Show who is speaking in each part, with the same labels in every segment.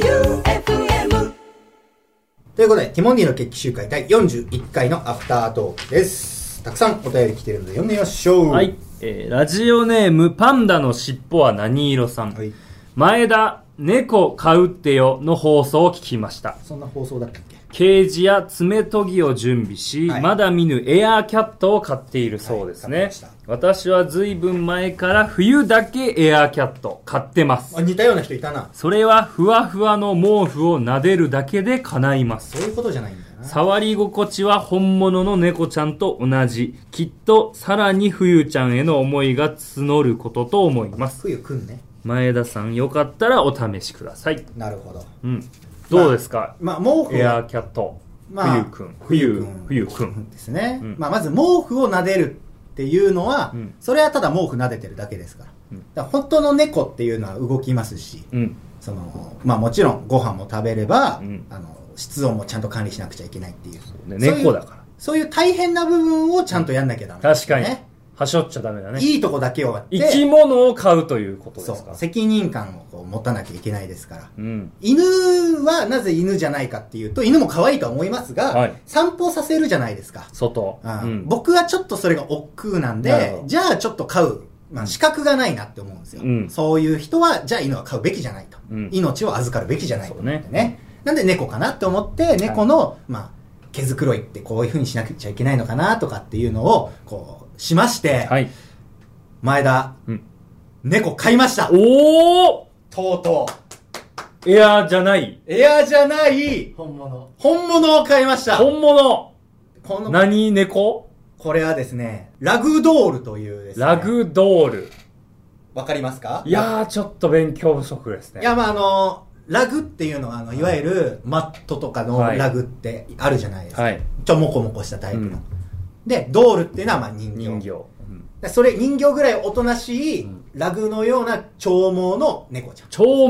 Speaker 1: J-O-E-U-F-M
Speaker 2: ということで、ティモンディの決起集会第41回のアフタートークです。たくさんお便り来てるので読んでみましょう。
Speaker 3: はい、えーラジオネームパンダの尻尾は何色さん、
Speaker 2: はい
Speaker 3: 前田猫飼うってよの放送を聞きました
Speaker 2: そんな放送だったっけ
Speaker 3: ケージや爪研ぎを準備し、
Speaker 2: はい
Speaker 3: まだ見ぬエアーキャットを飼っているそうですね、
Speaker 2: はい飼ってまし
Speaker 3: 私はずいぶん前から冬だけエアーキャット飼ってます
Speaker 2: あ、似たような人いたな。
Speaker 3: それはふわふわの毛布を撫でるだけで叶いま
Speaker 2: そ
Speaker 3: す
Speaker 2: ういうことじゃないんだよな。
Speaker 3: 触り心地は本物の猫ちゃんと同じきっとさらに冬ちゃんへの思いが募ることと思います
Speaker 2: 冬くんね。
Speaker 3: 前田さんよかったらお試しください
Speaker 2: なるほど。
Speaker 3: うんどうですか、
Speaker 2: まあ、毛布
Speaker 3: エア
Speaker 2: は
Speaker 3: ーキャット、
Speaker 2: まあ
Speaker 3: 冬くん
Speaker 2: 冬
Speaker 3: 冬
Speaker 2: くん
Speaker 3: 冬くん
Speaker 2: ですね。
Speaker 3: うん
Speaker 2: まあ、まず毛布を撫でるっていうのは、
Speaker 3: うん
Speaker 2: それはただ毛布撫でてるだけですから。
Speaker 3: うん
Speaker 2: だから本当の猫っていうのは動きますし、
Speaker 3: うん
Speaker 2: その、まあもちろんご飯も食べれば、
Speaker 3: うん
Speaker 2: あの、室温もちゃんと管理しなくちゃいけないっていう。
Speaker 3: ね
Speaker 2: そういう
Speaker 3: 猫だから
Speaker 2: そういう大変な部分をちゃんとやんなきゃダメ、
Speaker 3: 確かに
Speaker 2: ね
Speaker 3: はしょっちゃダメだね
Speaker 2: いいとこだけをやって、
Speaker 3: 生き物を飼うということで
Speaker 2: そ
Speaker 3: すか
Speaker 2: う、責任感をこう持たなきゃいけないですから。
Speaker 3: うん
Speaker 2: 犬はなぜ犬じゃないかっていうと、犬も可愛いとは思いますが、
Speaker 3: はい
Speaker 2: 散歩させるじゃないですか。
Speaker 3: 外
Speaker 2: うん
Speaker 3: うん
Speaker 2: 僕はちょっとそれが億劫なん
Speaker 3: なるほ
Speaker 2: で、
Speaker 3: ど
Speaker 2: じゃあちょっと飼う。まあ、資格がないなって思うんですよ、
Speaker 3: うん
Speaker 2: そういう人は、じゃあ犬は飼うべきじゃないと。
Speaker 3: うん
Speaker 2: 命を預かるべきじゃないと
Speaker 3: そ
Speaker 2: 思
Speaker 3: う
Speaker 2: って
Speaker 3: ね
Speaker 2: ね。なんで猫かなって思って、猫の、まあ、毛づくろいってこういう風にしなくちゃいけないのかなとかっていうのを、こう、しまして、
Speaker 3: はい
Speaker 2: 前田、
Speaker 3: うん
Speaker 2: 猫飼いましたと
Speaker 3: おお
Speaker 2: うと。
Speaker 3: エアーじゃないう
Speaker 2: エアじゃない、
Speaker 4: 本物
Speaker 2: 本物を飼いました
Speaker 3: 本物
Speaker 2: この
Speaker 3: 何猫
Speaker 2: これはですね、ラグドールというですね。
Speaker 3: ラグドール
Speaker 2: わかりますか
Speaker 3: いやー、ちょっと勉強不足ですね。
Speaker 2: いや、まあ、あの、ラグっていうのは、あの、いわゆる、マットとかの
Speaker 3: はい
Speaker 2: ラグってあるじゃないですか。
Speaker 3: はい
Speaker 2: ちょ、もこもこしたタイプの。
Speaker 3: うん
Speaker 2: で、ドールっていうのは、まあ、人形。
Speaker 3: 人形。
Speaker 2: でそれ、人形ぐらいおとなしい、ラグのような長毛の猫ちゃん。
Speaker 3: 長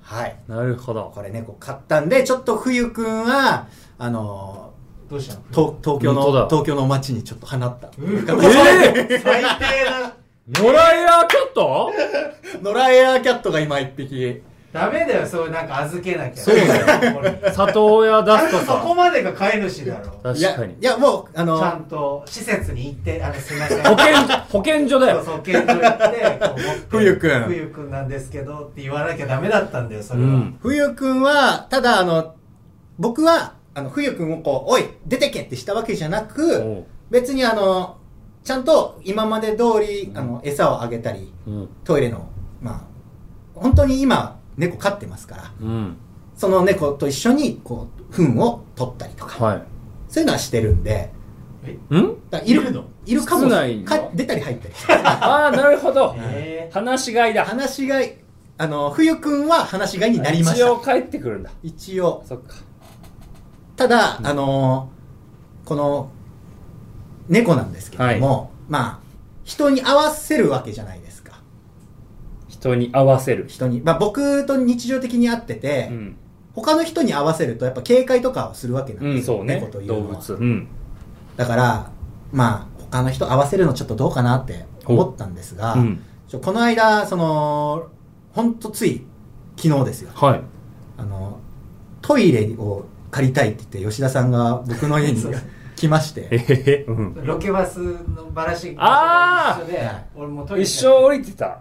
Speaker 2: はい。
Speaker 3: 毛。なるほど。
Speaker 2: これ猫買ったんで、ちょっと冬くんは、あの、
Speaker 4: どうしたの
Speaker 2: と東京
Speaker 3: 本当
Speaker 2: の、
Speaker 3: だ
Speaker 2: 東京の街にちょっと放った。
Speaker 3: え
Speaker 4: 最低だ
Speaker 3: ぇ、ー、野良エアーキャット
Speaker 2: 野良エアーキャットが今一匹。
Speaker 4: ダメだよそういうなんか預けなきゃ
Speaker 3: そうだ
Speaker 4: よ
Speaker 3: 里親出すと
Speaker 4: そこ
Speaker 3: さ。
Speaker 4: までが飼い主だろ
Speaker 2: い
Speaker 3: 確
Speaker 2: や
Speaker 3: かに
Speaker 2: い。や、もう、あの
Speaker 4: ち、ゃんと施設に行ってあのすいません
Speaker 3: 保健、保健所だ
Speaker 4: そう
Speaker 3: よ。
Speaker 4: そう保健所行ってこう持って
Speaker 2: 冬くん
Speaker 4: 冬くんなんですけどって言わなきゃダメだったんだよそれは、
Speaker 3: うん
Speaker 2: 冬くんは、ただあの、僕は、あの、冬くんをこう、おい、出てけってしたわけじゃな
Speaker 3: お
Speaker 2: く
Speaker 3: う、
Speaker 2: 別にあの、ちゃんと今まで通り、あの、餌をあげたり、
Speaker 3: うん。
Speaker 2: トイレの、まあ、本当に今、猫飼ってますから、
Speaker 3: うん。
Speaker 2: その猫と一緒に、こう、糞を取ったりとか、
Speaker 3: は
Speaker 2: そういうのはしてるんで、
Speaker 3: い。ん
Speaker 2: だからいる
Speaker 4: いるの
Speaker 2: いるかも
Speaker 3: 室内には
Speaker 2: か出たり入ったりしてます
Speaker 3: あー、なるほど
Speaker 4: へ。ー
Speaker 3: 話し飼いだ。
Speaker 2: 話し飼い、あの、冬くんは話し飼いになりまし
Speaker 3: 一応
Speaker 2: た。
Speaker 3: 帰ってくるんだ。
Speaker 2: 一応、
Speaker 3: そっか。
Speaker 2: ただ、あのーこの猫なんですけども、まあ人に合わせるわけじゃないですか
Speaker 3: 人に合わせる。
Speaker 2: 人に、まあ、僕と日常的に会ってて、
Speaker 3: うん。
Speaker 2: 他の人に合わせるとやっぱ警戒とかをするわけなん
Speaker 3: う
Speaker 2: で
Speaker 3: ん、
Speaker 2: すよ、
Speaker 3: そうね
Speaker 2: 猫と。いう
Speaker 3: 動
Speaker 2: のは
Speaker 3: 物。うん。
Speaker 2: だからまあ他の人合わせるのちょっとどうかなって思ったんですが、
Speaker 3: うん。
Speaker 2: ちょこの間そのほんとつい昨日ですよ
Speaker 3: はい。
Speaker 2: あのトイレを借りたいって言って吉田さんが僕の 家に来まして
Speaker 3: えへへ。うん。
Speaker 4: ロケバスのバラシ
Speaker 3: あー
Speaker 4: 一緒で
Speaker 2: はい
Speaker 4: 俺もトイレ
Speaker 3: 一生降りてた。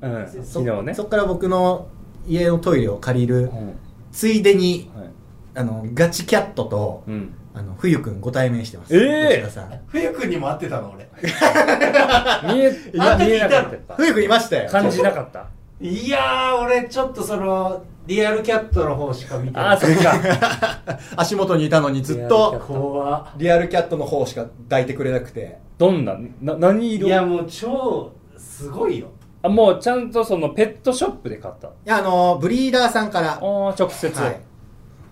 Speaker 3: うん。
Speaker 2: そ
Speaker 3: 昨日ね。
Speaker 2: そっから僕の家のトイレを借りる
Speaker 3: うん。
Speaker 2: ついでに
Speaker 3: はい。
Speaker 2: あのガチキャットと、
Speaker 3: うん。
Speaker 2: あの冬くんご対面してます
Speaker 3: え
Speaker 2: 吉
Speaker 3: え
Speaker 2: 田さん
Speaker 4: 冬くんにも会ってたの俺
Speaker 3: 見え、
Speaker 4: あんた
Speaker 3: 見
Speaker 4: 聞
Speaker 3: え
Speaker 4: いた
Speaker 3: な
Speaker 4: の
Speaker 3: かった。
Speaker 2: 冬くんいましたよ
Speaker 3: 感じなかった。
Speaker 4: いやー俺ちょっとそのリアルキャットの方しか見て
Speaker 3: あ
Speaker 4: な
Speaker 3: あ、
Speaker 4: い
Speaker 3: そっか。
Speaker 2: 足元にいたのにずっ
Speaker 3: リアルキャッ
Speaker 2: と
Speaker 3: ト
Speaker 4: 怖っ
Speaker 2: リアルキャットの方しか抱いてくれなくて
Speaker 3: どんな、な何
Speaker 4: いや
Speaker 3: 色
Speaker 4: もう超すごいよ
Speaker 3: あ、もうちゃんとそのペットショップで買った。あ
Speaker 2: いやあのブリーダーさんから
Speaker 3: あ、直接。
Speaker 2: はい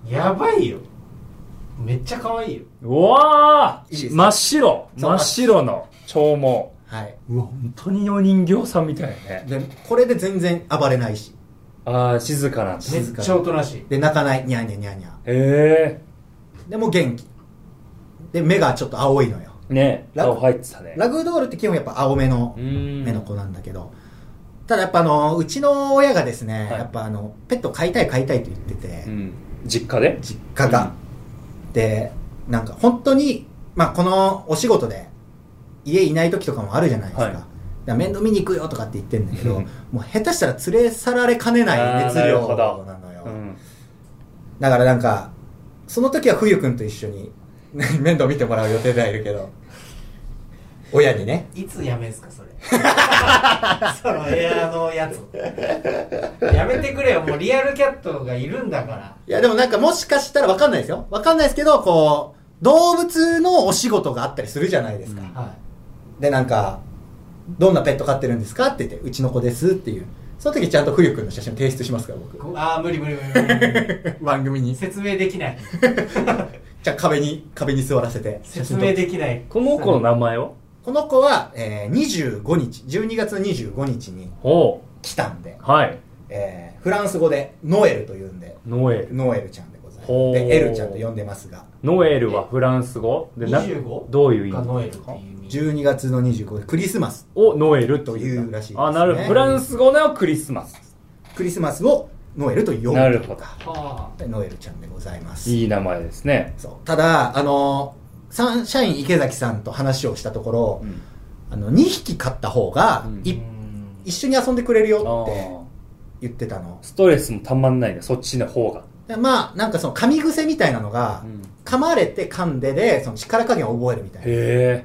Speaker 4: やばいよめっちゃ可愛いよ
Speaker 3: うわあ
Speaker 2: いいですか
Speaker 3: 真っ白
Speaker 2: そう
Speaker 3: 真っ白の長毛。
Speaker 2: はい、
Speaker 3: うわ、本当にお人形さんみたいね。
Speaker 2: でこれで全然暴れないし
Speaker 3: ああ、静かなんだ。
Speaker 4: め
Speaker 3: へ
Speaker 4: っちゃおとなしい
Speaker 2: で泣かないニャーニャーニャーニャ
Speaker 3: え。
Speaker 2: ーでもう元気で目がちょっと青いのよ
Speaker 3: ねえ、
Speaker 2: ラ
Speaker 3: 顔入ってたね。
Speaker 2: ラグドールって基本やっぱ青目の
Speaker 3: うーん
Speaker 2: 目の子なんだけど、ただやっぱあの、うちの親がですね、
Speaker 3: はい
Speaker 2: やっぱあの、ペット飼いたい飼いたいと言ってて、
Speaker 3: うん実家で
Speaker 2: 実家が。で、なんか本当に、まあこのお仕事で、家いない時とかもあるじゃないですか。
Speaker 3: はい
Speaker 2: だから面倒見に行くよとかって言ってんだけ ど、
Speaker 3: うん
Speaker 2: もう下手したら連れ去られかねない熱
Speaker 3: あーなる
Speaker 2: 量
Speaker 3: ほど
Speaker 2: なのよ。
Speaker 3: うん
Speaker 2: だからなんか、その時は冬くんと一緒に面倒見てもらう予定ではいるけど、親にね。
Speaker 4: いつやめんすかそれそのエアーのやつやめてくれよもうリアルキャットがいるんだから
Speaker 2: いやでもなんかもしかしたらわかんないですよ。わかんないですけど、こう、動物のお仕事があったりするじゃないですか。
Speaker 3: うん
Speaker 4: は
Speaker 2: でなんか「どんなペット飼ってるんですか?」って言って「うちの子です」っていうその時ちゃんと冬くんの写真提出しますから
Speaker 4: い
Speaker 2: 僕
Speaker 4: こああ無理無理無理無理無理
Speaker 2: 番組に
Speaker 4: 説明で きない
Speaker 2: じゃあ壁に壁に座らせて写
Speaker 4: 説
Speaker 2: 真
Speaker 4: 明
Speaker 2: 撮
Speaker 4: できない
Speaker 3: この子の名前は
Speaker 2: この子は、えー、25日12月25日に
Speaker 3: ほ
Speaker 2: 来たんで、
Speaker 3: うはい
Speaker 2: えーフランス語でノエルというんで
Speaker 3: ノエル
Speaker 2: ノエルちゃんでございます
Speaker 3: ほう
Speaker 2: でエルちゃんと呼んでますが
Speaker 3: ノエルはフランス語でな
Speaker 4: 25
Speaker 3: どういう意
Speaker 4: が
Speaker 3: 味
Speaker 4: ノエルっていう意味
Speaker 2: 12月の25日クリスマス
Speaker 3: をノエルという
Speaker 2: というらしいですね
Speaker 3: あなるほどフランス語のクリスマス
Speaker 2: クリスマスをノエルと呼ぶ
Speaker 3: なるほど
Speaker 4: は
Speaker 2: でノエルちゃんでございます
Speaker 3: いい名前ですね、
Speaker 2: そうただあのサンシャイン池崎さんと話をしたところ、
Speaker 3: うん
Speaker 2: あの2匹飼った方が、
Speaker 3: うん
Speaker 4: あ
Speaker 2: い
Speaker 4: うん
Speaker 2: 一緒に遊んでくれる
Speaker 3: あ
Speaker 2: よって
Speaker 3: ー
Speaker 2: 言ってたの
Speaker 3: ストレスもたまんないねそっちの方が、
Speaker 2: でまあなんかその噛み癖みたいなのが、噛まれて噛んででその力加減を覚えるみたいな
Speaker 3: へ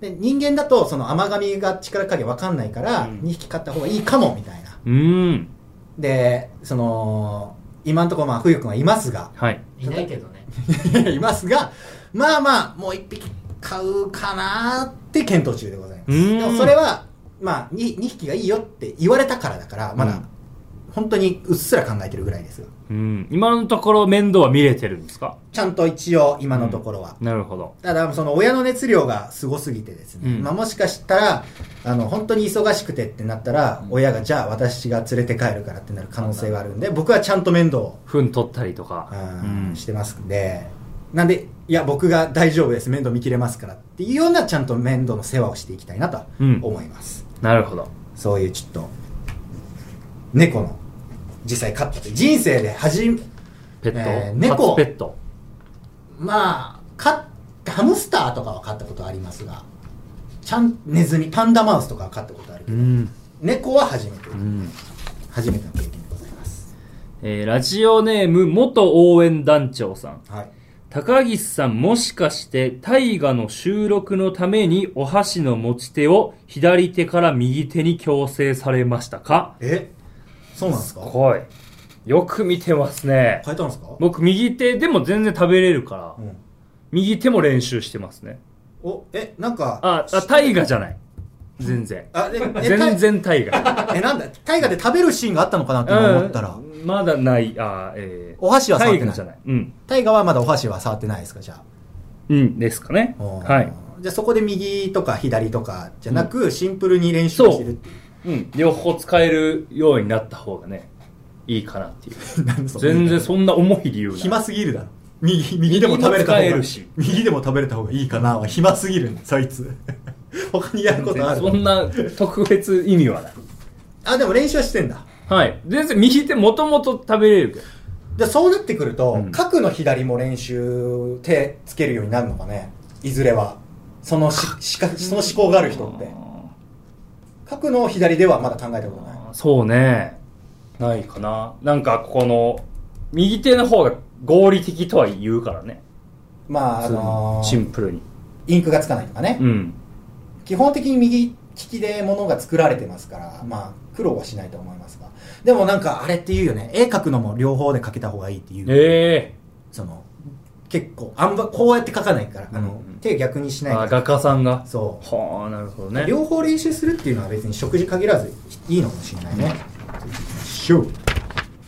Speaker 2: で人間だとその甘噛みが力加減わかんないから、
Speaker 3: うん
Speaker 2: 2匹飼った方がいいかもみたいな
Speaker 3: えうん
Speaker 2: でその今のところまあ冬くんはいますが
Speaker 3: はい
Speaker 4: いないけど ね
Speaker 2: いますがまあまあもう1匹飼うかなって検討中でございます
Speaker 3: うん
Speaker 2: でもそれは、まあ2、2匹がいいよって言われたからだから、ま
Speaker 3: う
Speaker 2: だ
Speaker 3: ん、
Speaker 2: 本当にうっすら考えてるぐらいですが。
Speaker 3: うん今のところ面倒は見れてるんですか
Speaker 2: ちゃんと一応、今のところは。
Speaker 3: なるほど
Speaker 2: ただ、その親の熱量がすごすぎてですね、
Speaker 3: うん
Speaker 2: まあもしかしたら、あの、本当に忙しくてってなったら、親が、じゃあ私が連れて帰るからってなる可能性があるんで、僕はちゃんと面倒を、
Speaker 3: 糞取ったりとか
Speaker 2: うん
Speaker 3: うん
Speaker 2: してますんで、なんで、いや、僕が大丈夫です、面倒見切れますからっていうような、ちゃんと面倒の世話をしていきたいなと
Speaker 3: うん
Speaker 2: 思います。
Speaker 3: なるほど
Speaker 2: そういうちょっと、猫の、実際飼ったって、人生で初め、
Speaker 3: ペット、
Speaker 2: えー猫
Speaker 3: 初ペット
Speaker 2: まあ、飼っハムスターとかは飼ったことありますが、ちゃん、ネズミ、パンダマウスとかは飼ったことあるけ
Speaker 3: う
Speaker 2: ど、
Speaker 3: ん
Speaker 2: 猫は初めて、
Speaker 3: うん
Speaker 2: 初めての経験でございます。
Speaker 3: えーラジオネーム元応援団長さん
Speaker 2: はい。
Speaker 3: 高岸さんもしかして大河の収録のためにお箸の持ち手を左手から右手に強制されましたか
Speaker 2: えそうなんですか
Speaker 3: 来いよく見てますね
Speaker 2: 変えたんですか
Speaker 3: 僕右手でも全然食べれるから、
Speaker 2: うん。
Speaker 3: 右手も練習してますね
Speaker 2: お、え、なんか、
Speaker 3: ああ大河じゃない全然
Speaker 2: あ、え、え
Speaker 3: 全然大河
Speaker 2: タイえ、なんだ、大河で食べるシーンがあったのかなって 今思ったら、
Speaker 3: うんまだないあーえー
Speaker 2: お箸は触っ
Speaker 3: 大
Speaker 2: てな
Speaker 3: 河
Speaker 2: い
Speaker 3: じゃ。ないうん
Speaker 2: 大河はまだお箸は触ってないですか、じゃあ。
Speaker 3: うんですかねはい
Speaker 2: じゃあそこで右とか左とかじゃなく、シンプルに練習してるっていう。
Speaker 3: うん、両方使えるようになった方がね、いいかなっていう。
Speaker 2: なんでそんな
Speaker 3: 全然そんな重い理由が。
Speaker 2: 暇すぎるだろ。右、右でも食べれた方が
Speaker 3: 右も使えるし
Speaker 2: 右でも食べれた方がいいかなは暇すぎるんだそいつ。 他にやることある
Speaker 3: そんな特別意味はない。
Speaker 2: あ、でも練習はしてんだ。
Speaker 3: はい。全然右手もともと食べれるけど。
Speaker 2: じゃあそうなってくると、
Speaker 3: うん
Speaker 2: 角の左も練習、手つけるようになるのかね。いずれは。そのし、しか、その思考がある人って。角の左ではまだ考えたことない。
Speaker 3: そうね。ないかな。なんかこの、右手の方が合理的とは言うからね。
Speaker 2: まあ、あの
Speaker 3: シンプルに。
Speaker 2: インクがつかないとかね。
Speaker 3: うん。
Speaker 2: 基本的に右利きで物が作られてますから、まあ、苦労はしないと思いますが。でもなんか、あれって言うよね。絵描くのも両方で描けた方がいいっていう。
Speaker 3: え
Speaker 2: その、結構、あんま、こうやって描かないから、あの
Speaker 3: うんうん、
Speaker 2: 手逆にし
Speaker 3: え
Speaker 2: ない
Speaker 3: あ、
Speaker 2: から。
Speaker 3: 画家さんが。
Speaker 2: そ
Speaker 3: はあ、なるほど
Speaker 2: う。
Speaker 3: ね。
Speaker 2: 両方練習するっていうのは別に食事限らずいいのかもしれないね。シュー。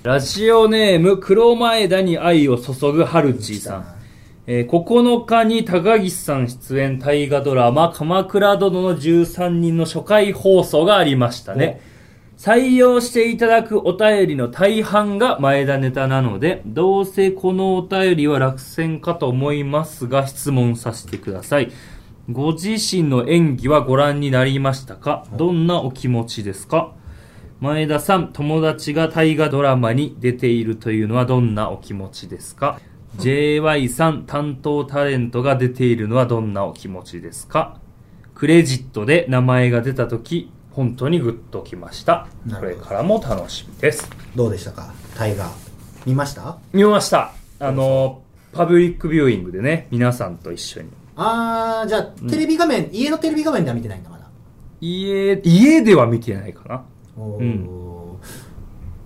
Speaker 3: ラジオネーム、黒前田に愛を注ぐハルチーさん。えー9日に高岸さん出演大河ドラマ「鎌倉殿の13人」の初回放送がありましたね採用していただくお便りの大半が前田ネタなのでどうせこのお便りは落選かと思いますが質問させてくださいご自身の演技はご覧になりましたかどんなお気持ちですか前田さん、友達が大河ドラマに出ているというのはどんなお気持ちですか ?JY さん、担当タレントが出ているのはどんなお気持ちですかクレジットで名前が出たとき、本当にグッときました。
Speaker 2: な
Speaker 3: こ
Speaker 2: るほ
Speaker 3: れ
Speaker 2: ど
Speaker 3: からも楽しみです。
Speaker 2: どうでしたかタイガー見ました
Speaker 3: 見ました。あの、パブリックビューイングでね、皆さんと一緒に。
Speaker 2: あーじゃあテレビ画面、家のテレビ画面では見てないんだまだ
Speaker 3: 家、家では見てないかな。
Speaker 2: おー
Speaker 3: うん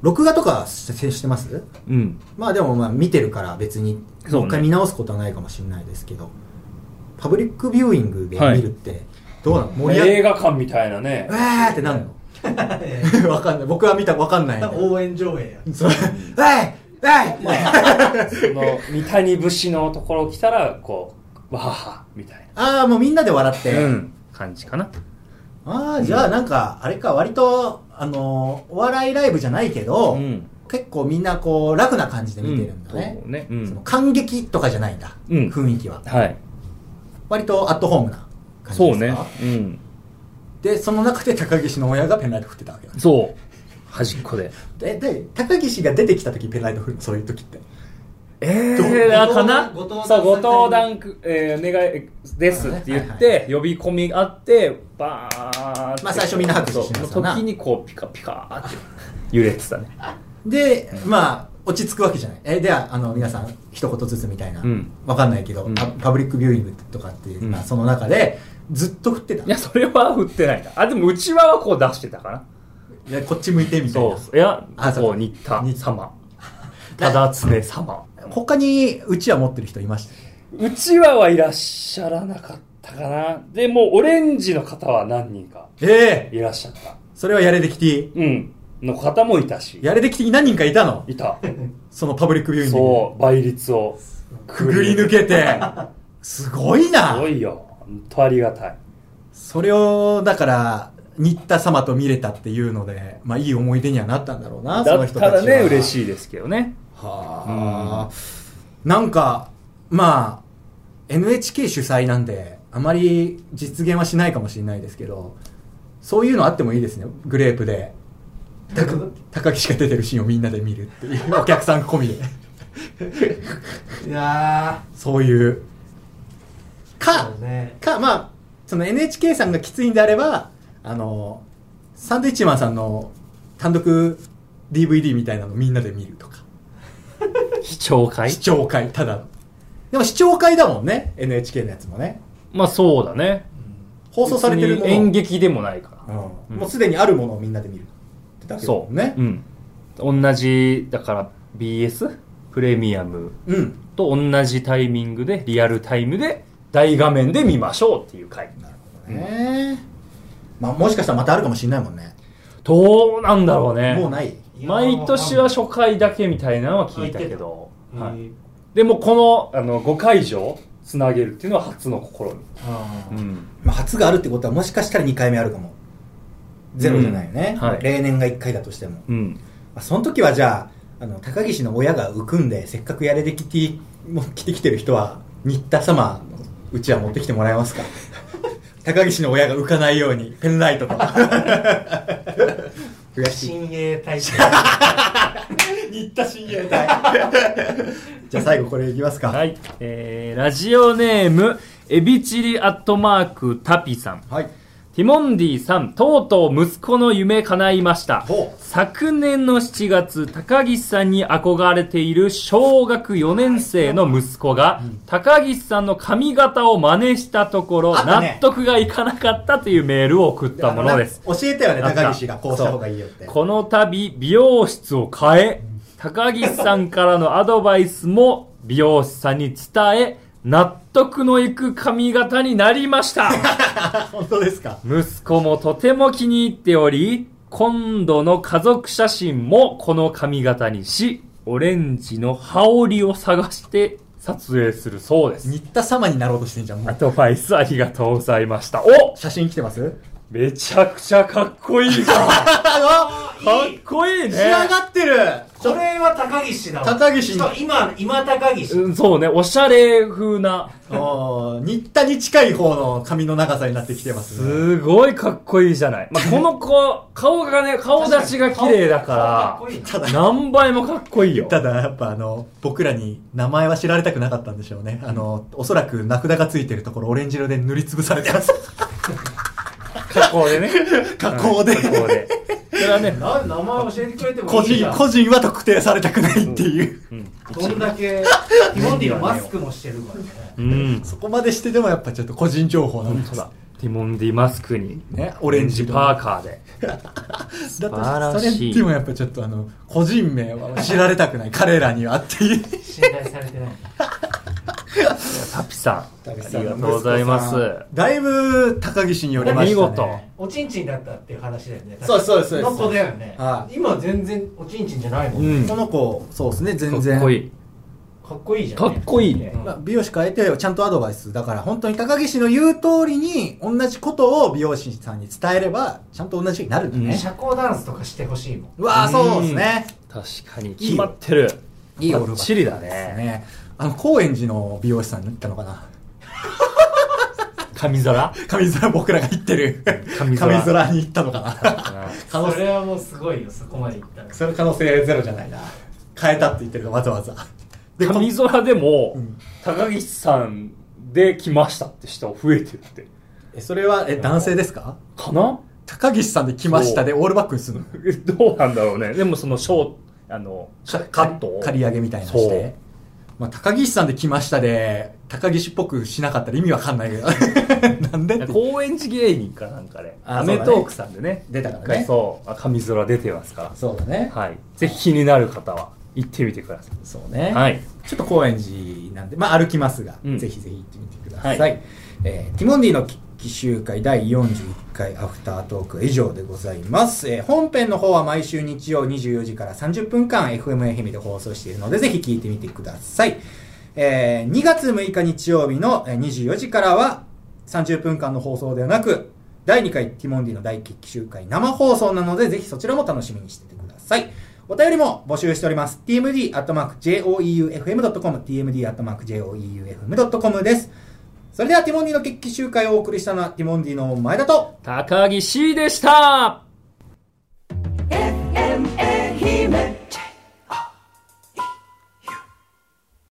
Speaker 2: 録画とかしてしてます
Speaker 3: うん。
Speaker 2: まあでもまあ見てるから別に
Speaker 3: そうね
Speaker 2: もう一回見直すことはないかもしれないですけど、パブリックビューイングで見るってどうなの、盛り上が
Speaker 3: 映画館みたいなね
Speaker 2: う。わーってなんの わかんない僕は見たわかんないんで
Speaker 4: 応援上映や
Speaker 2: そううわいう わい
Speaker 3: その三谷節のところ来たらこうわははみたい
Speaker 2: ああもうみんなで笑って、
Speaker 3: な、うん、感じかな
Speaker 2: ああじゃあなんかあれか割とあのーお笑いライブじゃないけど、
Speaker 3: うん
Speaker 2: 結構みんなこう楽な感じで見てるんだね,、
Speaker 3: うんそうねうん
Speaker 2: その感激とかじゃないんだ、
Speaker 3: うん
Speaker 2: 雰囲気は
Speaker 3: はい
Speaker 2: 割とアットホームな感じ
Speaker 3: そ
Speaker 2: で
Speaker 3: う
Speaker 2: すか
Speaker 3: ねうん
Speaker 2: でその中で高岸の親がペンライト振ってたわけだ
Speaker 3: そう端っこで
Speaker 2: でで高岸が出てきた時ペンライト振るのそういう時って
Speaker 3: ええ
Speaker 4: ど
Speaker 3: ー、かな
Speaker 4: ご登壇
Speaker 3: そうご
Speaker 4: ご登
Speaker 3: 登壇
Speaker 4: 壇
Speaker 3: く、えー、お願いですって言っ
Speaker 2: はいはい
Speaker 3: て呼び込みあってバーンって
Speaker 2: まあ最初みんな拍手します
Speaker 3: そ
Speaker 2: わ
Speaker 3: う
Speaker 2: な
Speaker 3: 時にこうピカピカーって揺れてたね
Speaker 2: で、まあ落ち着くわけじゃないえではあの皆さん一言ずつみたいな、
Speaker 3: うん
Speaker 2: わかんないけど、
Speaker 3: うん
Speaker 2: パパブリックビューイングとかっていう、
Speaker 3: うん
Speaker 2: まあ、その中でずっと振ってた
Speaker 3: いやそれは振ってないなあでもうちわはこう出してたかない
Speaker 2: やこっち向いてみたい
Speaker 3: そ
Speaker 2: な
Speaker 3: うそういや
Speaker 2: あそう
Speaker 3: こう新田様ただ常様
Speaker 2: 他にうちは持ってる人いました
Speaker 3: うちわはいらっしゃらなかったかな。でも、オレンジの方は何人か
Speaker 2: ええ
Speaker 3: いらっしゃった。
Speaker 2: それはやれできて
Speaker 3: うん。の方もいたし。
Speaker 2: やれできて何人かいたの
Speaker 3: いた。
Speaker 2: そのパブリックビューイング
Speaker 3: そう、倍率を
Speaker 2: くぐり抜け てすごい
Speaker 3: す
Speaker 2: な
Speaker 3: ごいよ。本当ありがたい。
Speaker 2: それをだから新田様と見れたっていうので、まあ、いい思い出にはなったんだろうなそ
Speaker 3: だ
Speaker 2: の
Speaker 3: っ
Speaker 2: 人
Speaker 3: た
Speaker 2: たちは
Speaker 3: らね、嬉しいですけどね。
Speaker 2: はあ、なんかまあ NHK 主催なんであまり実現はしないかもしれないですけどそういうのあってもいいですねグレープで高高木しか出てるシーンをみんなで見るっていうお客さん込みで
Speaker 4: いや
Speaker 2: そういう
Speaker 4: ー
Speaker 2: か
Speaker 4: そうね
Speaker 2: かまあその NHK さんがきついんであればあのサンドイッチマンさんの単独 DVD みたいなのみんなで見るとか
Speaker 3: 視聴会
Speaker 2: 視聴会ただのでも視聴会だもんね NHK のやつもね
Speaker 3: まあそうだね。
Speaker 2: 放送されてるも
Speaker 3: 別に演
Speaker 2: の、
Speaker 3: 劇でもないから。
Speaker 2: う
Speaker 3: うん
Speaker 2: ん、もうすでにあるものをみんなで見るってだけだ
Speaker 3: そ
Speaker 2: も
Speaker 3: う。
Speaker 2: んね
Speaker 3: うん。同じ、だから BS? プレミアム
Speaker 2: うん、
Speaker 3: と同じタイミングで、リアルタイムで、大画面で見ましょうっていう回。
Speaker 2: なるほどね、まあ、もしかしたらまたあるかもしれないもんね
Speaker 3: どうなんだろうね。
Speaker 2: もうない
Speaker 3: 毎年は初回だけみたいなのは聞いたけど、
Speaker 4: えー
Speaker 3: はい、でもこのあの5会場つなげるっていうのは初の試
Speaker 4: あ
Speaker 3: み、うん、
Speaker 2: まあ初があるってことはもしかしたら2回目あるかもゼロじゃないよね、
Speaker 3: うんはい
Speaker 2: 例年が1回だとしても、ま
Speaker 3: うん、
Speaker 2: あ、その時はじゃああの高岸の親が浮くんでせっかくやれできてもう来てきてる人は新田様のうちは持ってきてもらえますか 高岸の親が浮かないようにペンライトとか 増や
Speaker 4: ー
Speaker 2: して
Speaker 4: 親衛隊長
Speaker 2: 新田親衛隊じゃあ最後これいきますか
Speaker 3: はい、えー、ラジオネームエビチリアットマークタピさん
Speaker 2: はい
Speaker 3: ティモンディさん、とうとう息子の夢叶いました
Speaker 2: ほ。う
Speaker 3: 昨年の7月、高岸さんに憧れている小学4年生の息子が、高岸さんの髪型を真似したところ、
Speaker 2: あったね
Speaker 3: 納得がいかなかったというメールを送ったものです。
Speaker 2: あのな教えたよね
Speaker 3: なんか
Speaker 2: 高岸がこうした方がいいよって
Speaker 3: この度、美容室を変え、高岸さんからのアドバイスも美容師さんに伝え、納得のいく髪型になりました。
Speaker 2: 本当ですか
Speaker 3: 息子もとても気に入っており、今度の家族写真もこの髪型にし、オレンジの羽織を探して撮影するそうです。
Speaker 2: 新田様になろうとしてんじゃんも
Speaker 3: ア
Speaker 2: う
Speaker 3: ドバイスありがとうございました。お
Speaker 2: 写真来てます
Speaker 3: めちゃくちゃかっこいいじゃんかっこいいね
Speaker 2: 仕上がってる
Speaker 4: これは高岸だわ
Speaker 2: 高岸
Speaker 4: 人今今高岸
Speaker 3: うんそうね、おしゃれ風な。
Speaker 2: おー新田に近い方の髪の長さになってきてますね
Speaker 3: すごいかっこいいじゃない。まあ、この子、顔がね、顔立ちが綺麗だ
Speaker 4: か
Speaker 3: か
Speaker 4: っこいいな
Speaker 2: ただ
Speaker 3: ら、何倍もかっこいいよ。
Speaker 2: ただやっぱあの僕らに名前は知られたくなかったんでしょうねあのおそらく名札がついてるところオレンジ色で塗りつぶされてます
Speaker 3: 加工でね。
Speaker 2: 加工で
Speaker 3: うん加工で。それはね、
Speaker 4: な名前教えてくれて
Speaker 2: 個
Speaker 4: もいいじ
Speaker 2: 人
Speaker 4: ゃん
Speaker 2: 個人は特定されたくないっていう、
Speaker 3: うん。
Speaker 4: どんだけティモンディのマスクもしてるからね
Speaker 3: うん。
Speaker 2: そこまでしてでもやっぱちょっと個人情報なんです
Speaker 3: そうだ。ティモンディマスクに、
Speaker 2: ねオレンジ
Speaker 3: パ
Speaker 2: パ
Speaker 3: ーカーで。
Speaker 2: ーだ
Speaker 3: 晴
Speaker 2: と
Speaker 3: らしい
Speaker 2: それってもやっぱちょっとあの個人名は知られたくない彼らにはっていう
Speaker 4: 信頼されてない
Speaker 3: タピさん。ありがとうございます。
Speaker 2: だいぶ高岸によりましたね
Speaker 3: 見事
Speaker 4: おちんちんだったっていう話だよね
Speaker 2: そうそうそうです
Speaker 4: の子だよね
Speaker 2: はい
Speaker 4: 今全然おちんちんじゃないも
Speaker 3: うん
Speaker 4: ね
Speaker 3: ん。
Speaker 2: こ
Speaker 3: か
Speaker 2: の子そうですね全然
Speaker 3: っこいい。
Speaker 4: かっこいいじゃん
Speaker 3: かっこいいね
Speaker 4: うん
Speaker 2: まあ美容師変えてちゃんとアドバイスだから本当に高岸の言う通りに同じことを美容師さんに伝えればちゃんと同じようになるんだね、
Speaker 4: 社交ダンスとかしてほしいもん
Speaker 2: うわあそうですね
Speaker 3: 確かに、決まってる。
Speaker 2: いいオールバ
Speaker 3: バ
Speaker 2: ッ
Speaker 3: ッ
Speaker 2: ク
Speaker 3: チリだ
Speaker 2: です
Speaker 3: ね。
Speaker 2: ねあの高円寺の美容師さんに行ったのかな
Speaker 3: 神皿
Speaker 2: 上空僕らが行ってる
Speaker 3: 上
Speaker 2: 上
Speaker 3: 空
Speaker 2: 空に行ったのかな可能
Speaker 4: そ
Speaker 2: 性
Speaker 4: れはもうすごいよそこまでいったら
Speaker 2: それ可能性ゼロじゃないな変えたって言ってるのわざわざでこ
Speaker 3: 神空でも、
Speaker 2: うん
Speaker 3: 高岸さんで来ましたって人増えてるって。
Speaker 2: えそれはえ男性ですか
Speaker 3: かな
Speaker 2: 高岸さんで来ましたでオールバックにするの
Speaker 3: えどうなんだろうね。でもその、ショー、あの、カカットを
Speaker 2: 刈り上げみたいなのし
Speaker 3: そう
Speaker 2: て。まあ、高岸さんで来ましたで、高岸っぽくしなかったら意味わかんない けど。なんでって
Speaker 3: 高円寺芸人かなんかで、
Speaker 2: あ
Speaker 3: アメ
Speaker 2: そうだ
Speaker 3: ト
Speaker 2: ね
Speaker 3: ークさんでね。
Speaker 2: 出たからね
Speaker 3: 一回そう、あ神空出てますか
Speaker 2: そうだね
Speaker 3: ら。。はい。ぜひ気になる方は、行ってみてくださ
Speaker 2: そうね。
Speaker 3: い。はい。
Speaker 2: ちょっと高円寺なんで、まあ歩きますが、
Speaker 3: うん
Speaker 2: ぜひぜひ行ってみてください。
Speaker 3: は
Speaker 2: えーティモンディの奇奇集会第41回アフタートークは以上でございます。えー本編の方は毎週日曜24時から30分間 FM 愛媛で放送しているので、ぜひ聞いてみてください。えー2月6日日曜日のえー24時からは30分間の放送ではなく、第2回ティモンディの大決起集会生放送なので、ぜひそちらも楽しみにしててください。お便りも募集しております。tmd.joeufm.com、tmd.joeufm.com です。それではティモンディの決起集会をお送りしたのはティモンディの前田と、
Speaker 3: 高岸でした